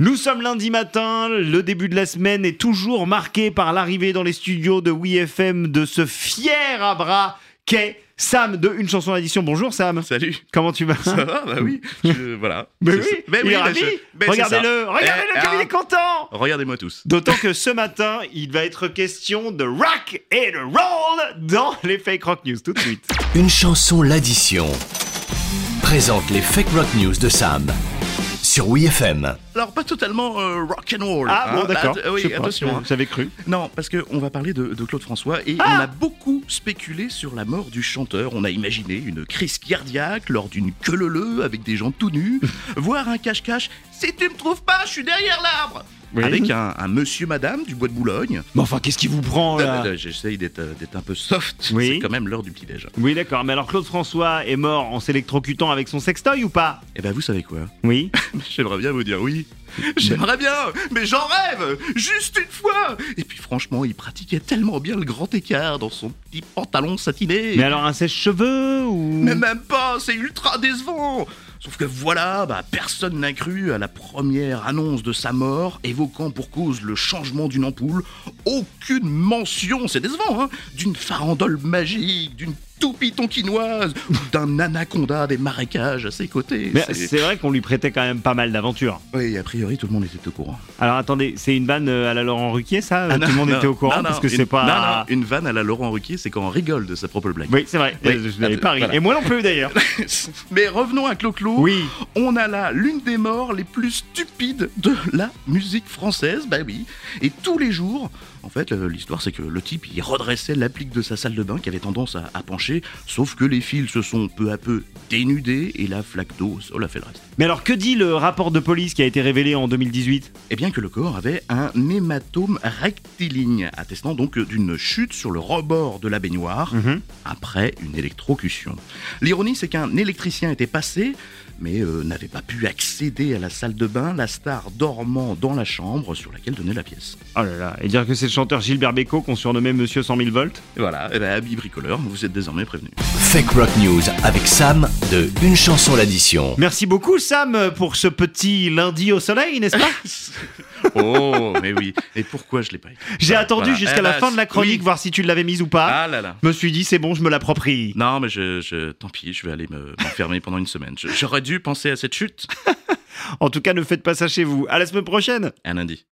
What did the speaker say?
Nous sommes lundi matin, le début de la semaine est toujours marqué par l'arrivée dans les studios de WeFM de ce fier à bras qu'est Sam de Une chanson d'édition. Bonjour Sam, Salut. comment tu vas Ça va Bah oui. Je- voilà. Mais C'est oui, ça. Mais il est bah, ravi. je- mais c'est Regardez-le, ça. regardez-le Eh, comme ah, il est content Regardez-moi tous. D'autant que ce matin, il va être question de rock et de roll dans les Fake Rock News tout de suite. Une chanson l'addition présente les fake rock news de Sam sur WeFM. Alors pas totalement euh, rock and roll. Ah hein. bon, d'accord. Bah, euh, Je oui, sais pas, attention. hein. J'avais cru. Non, parce que on va parler de, de Claude François et Ah on a beaucoup spéculé sur la mort du chanteur. On a imaginé une crise cardiaque lors d'une queue leu avec des gens tout nus, voire un cache-cache. Si tu me trouves pas, je suis derrière l'arbre. Oui. Avec un, un monsieur madame du bois de Boulogne. Mais enfin, qu'est-ce qui vous prend Ah, là bah, J'essaye d'être euh, d'être un peu soft. Oui. C'est quand même l'heure du petit déj. Oui, d'accord, mais alors Claude François est mort en s'électrocutant avec son sextoy ou pas Et ben vous savez quoi Oui. J'aimerais bien vous dire oui. J'aimerais bien, mais j'en rêve Juste une fois Et puis franchement, il pratiquait tellement bien le grand écart dans son petit pantalon satiné. Mais alors un sèche-cheveux ou Mais même pas, c'est ultra décevant Sauf que voilà, bah, personne n'a cru à la première annonce de sa mort, évoquant pour cause le changement d'une ampoule. Aucune mention, c'est décevant, hein, d'une farandole magique, d'une toupie tonkinoise, ou d'un anaconda des marécages à ses côtés. Mais C'est- c'est vrai qu'on lui prêtait quand même pas mal d'aventures. Oui, a priori, tout le monde était au courant. Alors attendez, c'est une vanne euh, à la Laurent Ruquier ça Ah, Tout le non, monde non, était au courant non, parce non, que une- c'est pas Non, non, une vanne à la Laurent Ruquier, c'est quand on rigole de sa propre blague. Oui, c'est vrai. Oui. Euh, Je n'avais Ah, pas ri. voilà. Et moi non plus d'ailleurs. Mais revenons à Clo-Clo. Oui. On a là l'une des morts les plus stupides de la musique française, bah oui. Et tous les jours, en fait, euh, l'histoire c'est que le type il redressait l'applique de sa salle de bain qui avait tendance à, à pencher, sauf que les fils se sont peu à peu dénudés et la flaque d'eau au sol a fait le reste. Mais alors que dit le rapport de police qui a été révélé en 2018 Eh bien que le corps avait un hématome rectiligne, attestant donc d'une chute sur le rebord de la baignoire après une électrocution. L'ironie, c'est qu'un électricien était passé, mais euh, n'avait pas pu accéder à la salle de bain, la star dormant dans la chambre sur laquelle donnait la pièce. Oh là là, et dire que c'est le chanteur Gilbert Bécaud qu'on surnommait Monsieur 100 000 volts Et voilà, eh ben, amis bricoleurs, vous êtes désormais prévenus. Fake rock news avec Sam de Une chanson l'addition. Merci beaucoup Sam pour ce petit lundi au soleil, n'est-ce pas oh, mais oui. Et pourquoi je l'ai pas écrit J'ai attendu voilà. jusqu'à Eh la ben, fin de la chronique oui. voir si tu l'avais mise ou pas. Ah là là. Je Me suis dit c'est bon, je me l'approprie. Non, mais je, je- tant pis, je vais aller me- m'enfermer pendant une semaine. Je- J'aurais dû penser à cette chute. En tout cas, ne faites pas ça chez vous. À la semaine prochaine. Un lundi.